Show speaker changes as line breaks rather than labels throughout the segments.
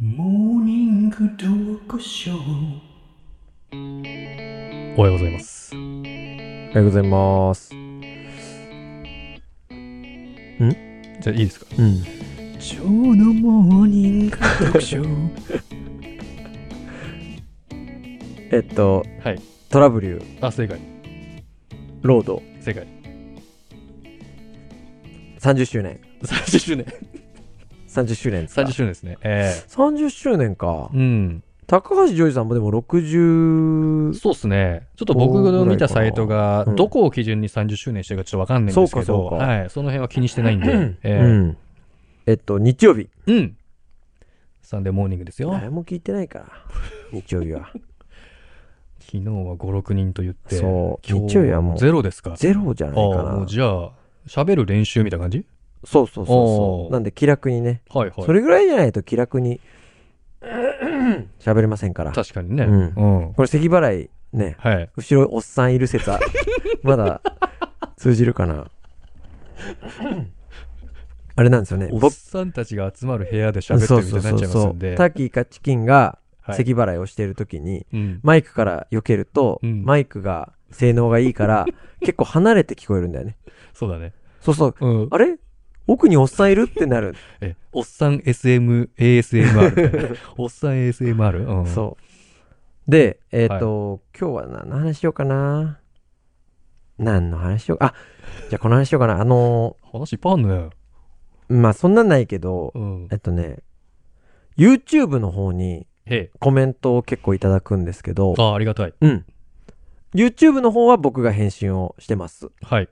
モーニングトークショー
おはようございます。
おはようございます。
じゃあいいですか
うん。
今日のモーニング読書
えっと、
はい。
トラブリュー、
あ、正解。
ロード、
正解。
30周年。
30周年。
30周年ですか
30周年ですね。え
30周年か
え。うん。
高橋ジョージさんもでも60、
そうですね。ちょっと僕が見たサイトが
う、ん
どこを基準に30周年してるかちょっとわかんないんですけど、
そうかそうか
はい。その辺は気にしてないんで、
う
え
ん。えっと、日曜日。
えうん。サンデーモーニングですよ。
誰も聞いてないから。日曜日は。
昨日は5、6人と言って、
そう
今
日曜日はもう
ゼロですか。
ゼロじゃ
ああ、
ないか
も
な
う。じゃあ、喋る練習みたいな感じ
そうそうそうそ
おー
う。なんで気楽にね。
はいはい。
それぐらいじゃないと気 楽に喋れませんから。こ
確かにね。
う
うん、
れ咳払いね。
はい。
後ろおっさんいる説 はまだ通じるかなあれなんですよね
おっ
僕
さんたちが集まる部屋で喋ってるみたいになっちゃいますんで。
タッキーかチキンが
はい
咳払いをしている時に、
うん。
マイクから避けると、
うん
マイクが性能がいいから 結構離れて聞こえるんだよね
そうだね。
そうそう
うん。
あれ奥におっさんいるってなる、
え、おっさん SM、ASMR。おっ さん ASMR? うん。
そうでえっ、と、今日は何の話しようかな何の話しようあじゃあこの話しようかなあの
話いっぱいあんね。
まあそんなんないけど、
うん
え。っとね、YouTube の方に
へえ。
コメントを結構いただくんですけど、
ああ、ありがたい。
うん。YouTube の方は僕が返信をしてます。
はい。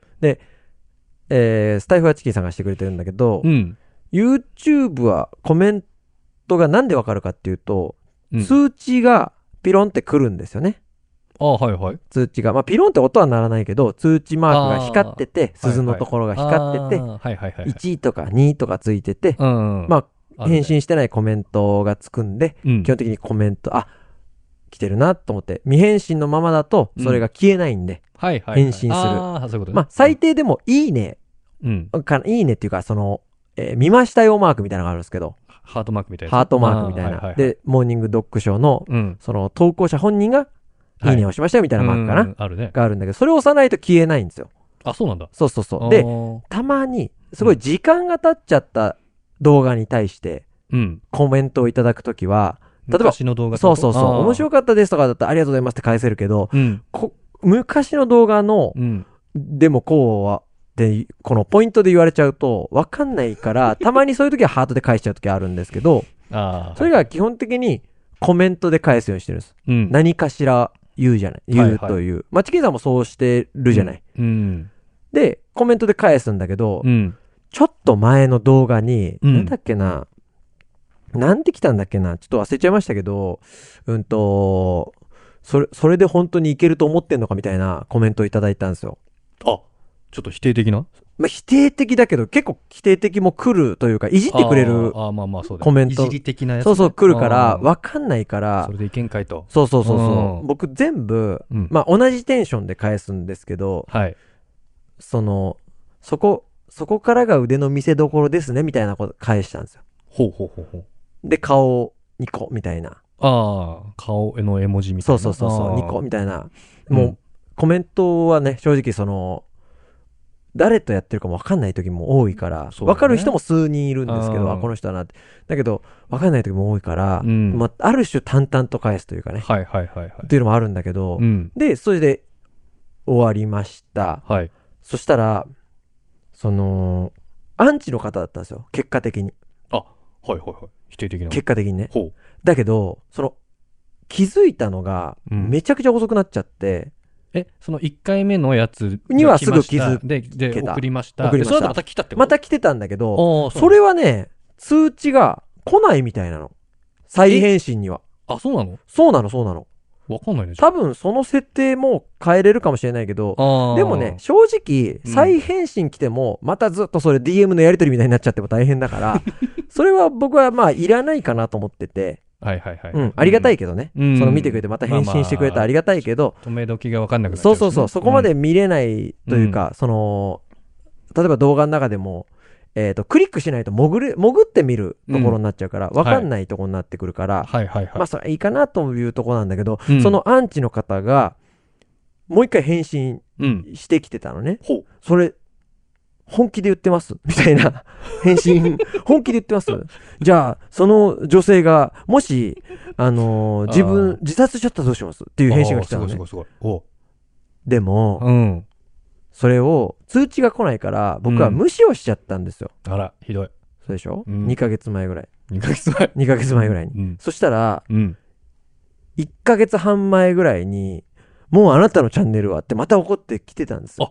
えー、スタイフはチキンさんがしてくれてるんだけど、
うん。
YouTube はコメントがなんでわかるかっていうと、
うん
通知がピロンって来るんですよね。
ああ、はいはい。
通知が。まあ、ピロンって音は鳴らないけど、通知マークが光ってて、
あー
鈴のところが光ってて、
ああはいはいはいはい。
1位とか2位とかついてて、
うん。
ま
あるね
返。信してないコメントがつくんで、
うん
基。本的にコメント、あ、来てるなと思って、未返信のままだと、それが消えないんで、
はいはいはい。
返信する
ああ、そういうことね
まあ、最低でも、いいね、
うん。
かいいねっていうか、その、えー見ましたよマークみたいなのがあるんですけど、
ハートマークみたいな。
ハートマークみたい
ああは
な。
ははい
で、モーニングドッグショーの、
うん。
その、投稿者本人が、
はい
いねをしましたよみたいなマークかな、
うんあるね。
があるんだけど、それを押さないと消えないんですよ。
あ、そうなんだ。
そうそうそう。で、
あ
たまに、すごい時間が経っちゃった動画に対して、
あうん。
コメントをいただくときは、例えば
昔の動画
そうそうそう、面白
く。
かったですとかだったらありがとうございますって返せるけど、
うん。
こ昔の動画の、
うん。
でもこうは、で、このポイントで言われちゃうと、わかんな いから、たまにそういう時はハートで返しちゃう時あるんですけど、
ああ。
それ、が基本的にコメントで返すようにしてるんです。
うん。
何かしら言うじゃない。
はいは
言
いう
という。まあ、チキンさんもそうしてるじゃない。
うん。
で、コメントで返すんだけど
う、ん。
ちょっと前の動画に、
うん
なんだっけな、なんで来たんだっけな、ちょっと忘れちゃいましたけど、うんと、それ、それで本当にいけると思ってんのかみたいなコメントをいただいたんですよ。
あ、ちょっと否定的な
まあ、否定的だけど、結構否定的も来るというか、いじってくれる、
あーあーまあまあそうだね
コメント
いじり的なやつね
そうそう来るから、
うん
わかんないから
そ、れで意見会と
そうそうそう
う
そ
ん
う、僕全部、
うん
まあ同じテンションで返すんですけど、
はい
その、そこ、そこからが腕の見せどころですね、みたいなこと返したんですよ。
ほうほうほうほう
で、顔、ニコ、みたいな。
ああ顔の絵文字みた
そ
いうな
そうそうそう、
あー
ニコみたいな。
うん
もう、コメントはね、正直その、誰とやってるかも分かんない時も多いから、
そうだね
分かる人も数人いるんですけ
うん
ど、あ、この人だなって。だけど、分かんない時も多いから、
うん
まあ、ある種淡々と返すというかね、
はいはいはいはい
っていうのもあるんだけど
う、ん
で、それで終わりました。
はい
そしたら、その、アンチの方だったんですよ、結果的に。
はいはいはい否定的な
結果的にね。
ほう
だけど、その、気づいたのが、
うん
めちゃくちゃ遅くなっちゃって、
えその1回目のやつ
にはすぐ気づ
けでで
けた
送りました
送りました
でその後また来たってこと
また来てたんだけど、
ああ
それはね、通知が来ないみたいなの。再返信には。
あそうなの
そうなの、そうなの。
わかんないね
多分その設定も変えれるかもしれないけど、
ああ
でもね、正直、
うん
再返信来ても、またずっとそれ DM のやり取りみたいになっちゃっても大変 だから、それは僕はまあ、いらないかなと思ってて、
はいはいはい
うん、ありがたい
け
けどね。
うん
その見てくれて、また返信してくれたらありがたいけど、
ど止め時がわかんなくなっちゃ
そうそうそう、そこま
う
で
ん
見れないというか、その、例えば動画の中でも、えっ、と、クリックしないと潜れ、潜ってみるところになっちゃうから、わ、かんないところになってくるから、
はいはいはい。
まあ、それはいいかなというところなんだけど、
うん
そのアンチの方が、もう一回返信
うん。
してきてたのね。
ほう。
それ、本気で言ってます みたいな返信、 本気で言ってますじゃあ、その女性が、もし、あのー自
あー
分、自殺しちゃったらどうしますっていう返信が来たの
あーす
ね
ごい。すごいすごい。おう
でも、
うん。
それを通知が来ないから、僕は無視をしちゃったんですよ。
あら、ひどい。
そうでしょ、
う
うん ?2 ヶ月前ぐらい。
2ヶ月前。
2ヶ月前ぐらいに。
うん。
そしたら、
うん。
1ヶ月半前ぐらいに、もうあなたのチャンネルはってまた怒ってきてたんですよ。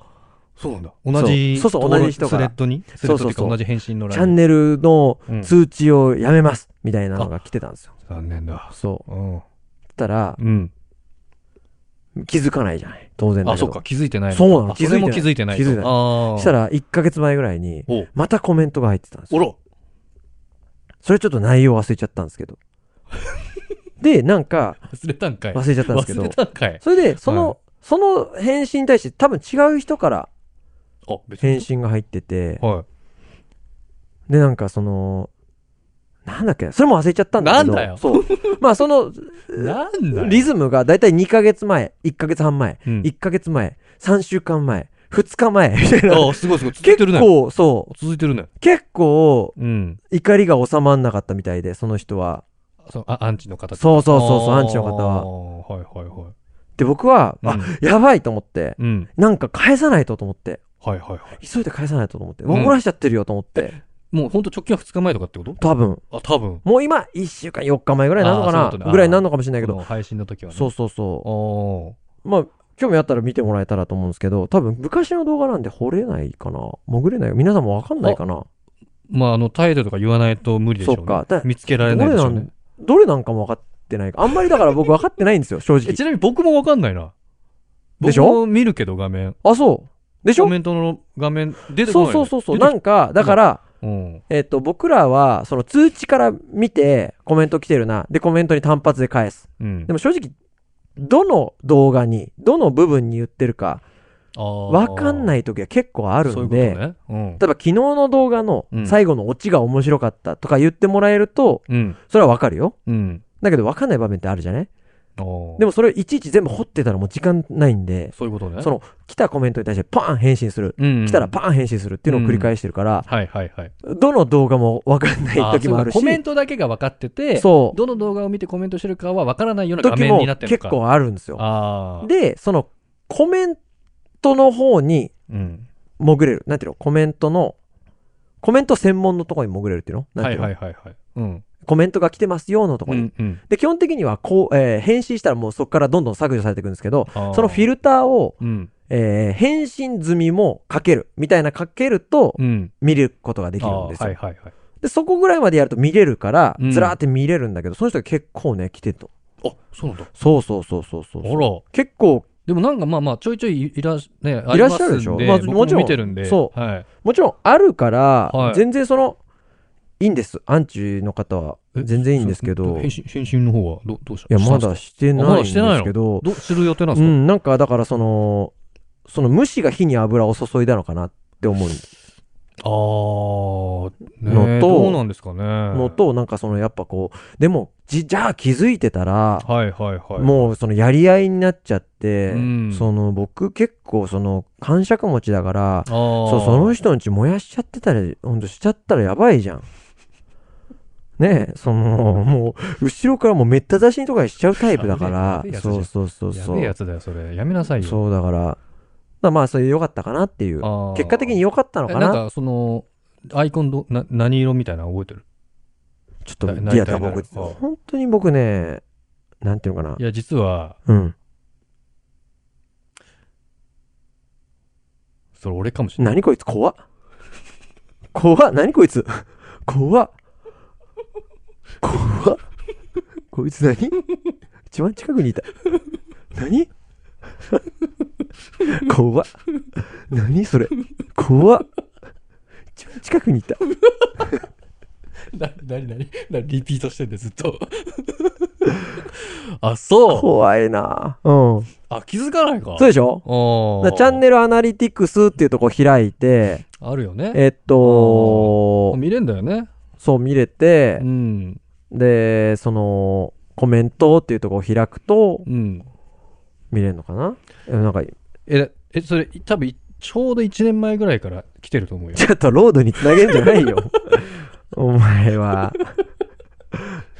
そうなんだ。同じ、
そうそうそう
登録
同じ人
ス
が
レッドにスレッドっていうか
そうそうそう
同じ返信のライ
チ
ン。
ャンネルの
うん
通知をやめます、みたいなのが来てたんですよ。
残念だ。
そうう。たら、
ん。
気づかないじゃない。当然だ
あ、
け
そ
ど。
うか、気づいてないの
そうなの
あそれも気
気
づ
づ
いてないと。
気づいてない
ああ。
した、ら、1ヶ月前ぐらいに、
おう
またコメントが入ってたんですよ。
おろ
それちょっと内容忘れちゃったんですけど。で、なんか、
忘れたんかい。
忘れちゃったんですけ
忘
ど
れ、たんかい。
それで、そ
はい
の、その返信に対して多分違う人から
あ、別
返。信が入ってて、
は
で、なんかその、なんだっけ、それも忘れちゃったんだけ
な
ど。
んだよ
そう。 まあその、
い。なんだよ
リズムがだいたい2ヶ月前、1ヶ月半前、
うん
1ヶ月前、3週間前、2日前、み たいな。
あ、すごいすごい。続いて
結
るね。
構、そ
続いてるね。
う。結構、
うん。
怒りが収まんなかったみたいで、その人は。
そのあアンチの方
そうそうそうそう、
あー
アンチの方は。
はいはいはい。
で、僕は、あ、
うん
やばいと思って、
うん。
なんか返さないとと思って、
はいはいはい。
急いで返さないとと思って、
うん
怒らしちゃってるよと思って、
もうほんと直近は2日前とかってこと
多分、
あ、多分。
もう今、1週間、4日前ぐらいなのか
あーそういうことね
な、ぐらいになるのかもしれないけ
こ
ど、
の配信の時はね。
そうそうそう。
おー
まあ、興味あったら見てもらえたらと思うんですけど、多分昔の動画なんで掘れないかな潜れない皆さんもわかんないかな
まあ、あの、態度とか言わないと無理でしょうね。
そっかだ
見つけられないでしょう
どれ
ね
な。どれなんかも分かってないか。あんまりだから僕分かってない んですよ、
え
正直。
ちなみに僕もわかんないな。
でしょ
僕も見るけど、画面。
あ、そう。でし
コ
ょ
メントの画面出てこ
そ
な
う
い。
そうそうそう。
出て
なんか、だから、
きうん。
えっと、僕らは、その通知から見て、コメント来てるな。で、コメントに単発で返す。
うん
で。も正直、どの動画に、どの部分に言ってるか、
わ
分かんないい時が結構あるんで、
そういうことね。うん
例えば昨日の動画の
うん
最後のオチが面白かったとか言ってもらえると、
うん。
それはわかるよ。
うん。
だけどわかんない場面ってあるじゃない
でも
でもそれをいちいち全部掘ってたらもう時間ないんで、
そういうことね。
その来たコメントに対してパーン返信する。
うん
来たらパーン返信するっていうのを繰り返してるから、
はいはいはい。
どの動画もわかんない
あー
時もあるし、
そうかコメントだけが分かってて、
そう、
どの動画を見てコメントしてるかは分からないような画
時
面
も
になってるの
結
か。
構あるんですよ。
ああ。
で、そのコメントの方に
うん。
潜れる。なんていうのコメントの、コメント専門のところに潜れるっていうのなんて
はいいう
の、
はいはいはい。うん。
コメントが来てますよのとこ
う
ろに。
んうん。
で、基本的にはこう、えー返信したらもうそこからどんどん削除されていくんですけど、
そ
そのフィルターを、
うん。
えー返信済みもかける、みたいなかけると
うん。
見ることができるんです
あー
よ。
はいはいはい。
で、そこぐらいまでやると見れるから
うん、
ずらーって見れるんだけど、その人が結構ね、来てと。
あ、そうなんだ。
そうそうそうそうそう。
あら。
結構、
でもなんかまあまあちょいちょいいら,、ね、
いらっしゃるでしょ
ありま
まあ
すんで、
もちろん
僕見てるんで。。
そう
はい。
もちろんあるから、
はい
全然その、いいんです。アンチの方は。
え
全然いいんですけ
そう
ど。
返
い
信返信の方はどどうした
や、ま
したん
だ
です
して
あま
ない
だ
ん
してないの
ですけど
か、どうする予定なんで
う
すか、
ん、なんかだからその、その無視が火に油を注いだのかなって思う
ああ、ねえ
のと
どうなんですかね。
のと、なんかそのやっぱこう、でも、じ、じゃあ気づいてたら、
はいはいはい。
もうそのやり合いになっちゃって、
うん
その僕結構その感触持ちだから、
あー
そう、その人のうち燃やしちゃってたら、ほんとしちゃったらやばいじゃん。ねえ、その、もう、後ろからもうめった刺しにとかしちゃうタイプだか
やべえやべ
ら、
え
そ
や
う
つ
そうそう
や
そ
べえ
う
や。つだよ、それ。やめなさいよ。
そうだから、だからまあそれ良かったかなっていう。
あー
結果的に良かったの
え
か
なん
な
か、その、アイコンど、な、何色みたいなの覚えてる
ちょっと、
ないなり
や、
たい
多分僕、
なりたい。
本当に僕ね、なんていうのかない
や、実は、
うん。
それ俺かもしれない。
何こいつ怖っ。怖っ。何こいつ怖っ。怖っ。こいつ何一番近くにいた。何怖っ。何それ怖っ。一番近くにいた。
な、なになになリピートしてんで、ずっと。 あ、そう。
怖いなうん。
あ、気づかないか。
そうでしょ
お
だからチャンネルアナリティクスっていうとこ開いて、
あるよね。
えっと、
見れんだよね。
そう見れて
う、ん。
で、その、コメントっていうとこ開くと
うん。
見れるのかなえなんか、
え、え、それ、多分、ちょうど1年前ぐらいから来てると思う よ。
ちょっとロードにつなげんじゃない よ。お前は。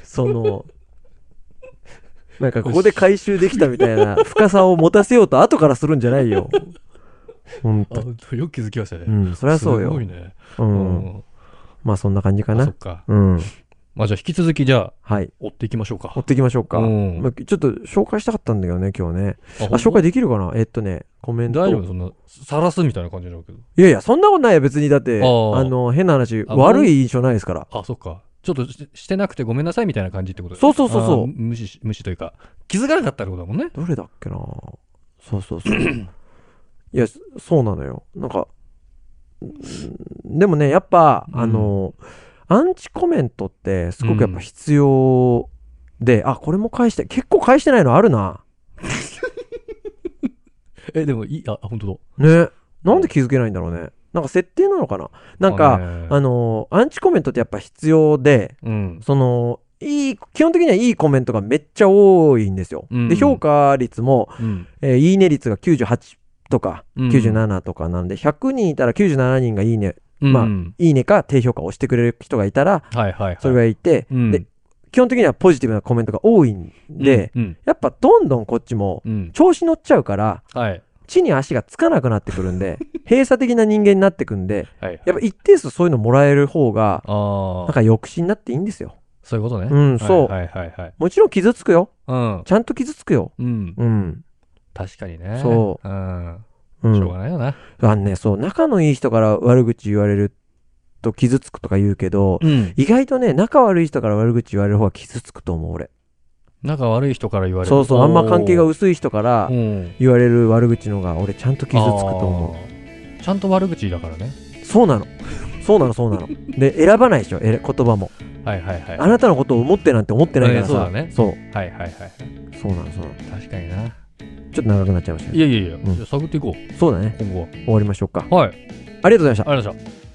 その、なんかここで回収できたみたいな深さを持たせようと後からするんじゃないよ。ほんと。
あ、よく気づきました
う
ね。
ん、そりゃそう
すご
よ
い。ね。
う。。
うん
まあそんな感じか
あ、そっ
な。
か。
うん。
まあ、じゃあ、引き続き、じゃあ、
はい。
追っていきましょうか。
持っていきましょうか。
うん
まあちょっと紹介したかったんだよね、今日ね。
あ
あ、紹介できるかなえっとね、コメント。
大丈夫そんな、さらすみたいな感じだけど。
いやいや、そんなことないよ、別に。だって、
あ
あ
ー
の、変な話、
あ
悪い印象ないですから。
あ、そっか。ちょっとししてなくてごめんなさいみたいな感じってこと
そうそうそうそう
あー無視し、無視というか、気づかなかったってことだもんね。
どれだっけなそうそ うそう。いや、そそうなのよ。なんか、うんでもね、やっぱ、
うん
あの、アンチコメントって、すごくやっぱ必要で、あ、これも返して、結構返してないのあるな。
え、でもいい、あ、本当
ね。なんで気づけないんだろうね。なんか設定なのかな
だ。
なんか、
ね
あの、アンチコメントってやっぱ必要で、
うん。
その、いい、基本的にはいいコメントがめっちゃ多いんですよ。
うん
で、評価率も、
うん。
えーいいね率が98とか、
うん
97とかなんで、100人いたら97人がいいね、まあ
うん
いいねか低評価を押してくれる人がいたら、
はいはいはい。
それぐらいいて、
うん
で、基本的にはポジティブなコメントが多いんで、
うん、
やっぱどんどんこっちも
うん。うん
調子乗っちゃうから、
はい。
地に足がつかなくなってくる んで、閉鎖的な人間になってくんで、
はい。
やっぱ一定数そういうのもらえる方が、
あ
なん
あ。
か抑止になっていいんですよ。
そういうことね。
うんそう
はいはいはいはい。
もちろん傷つくよ。
うん。
ちゃんと傷つくよ。
うん。
うん。
確かにね。。
そう
うん。
う。
しょうんがないよな。
あのね、そう、仲のいい人から悪口言われると傷つくとか言うけど、
うん。
意外とね、仲悪い人から悪口言われる方が傷つくと思う、俺。
仲悪い人から言われる。
そうそう、あんま関係が
う
薄い人から
ん。
言われる悪口の方が、俺ちゃんと傷つくと思
う。ちゃんと悪口だからね。
う。そうなの。そうなの、そうなの。で、選ばないでしょ、え言葉も。
はいはいはい。
あなたのことを思ってなんて思ってないから
え
さ。
ーそうだね
そう。
はいはいはい。
そうなの、そうなの。ち
確かにな。
ょっと長くなっちゃいました
い
ね。
やいやいや、
ん
じゃあ探っていこう、
そうだね。
今後は。
終わりましょうか。あり
はい、あり
がとうございました。
がとうございました。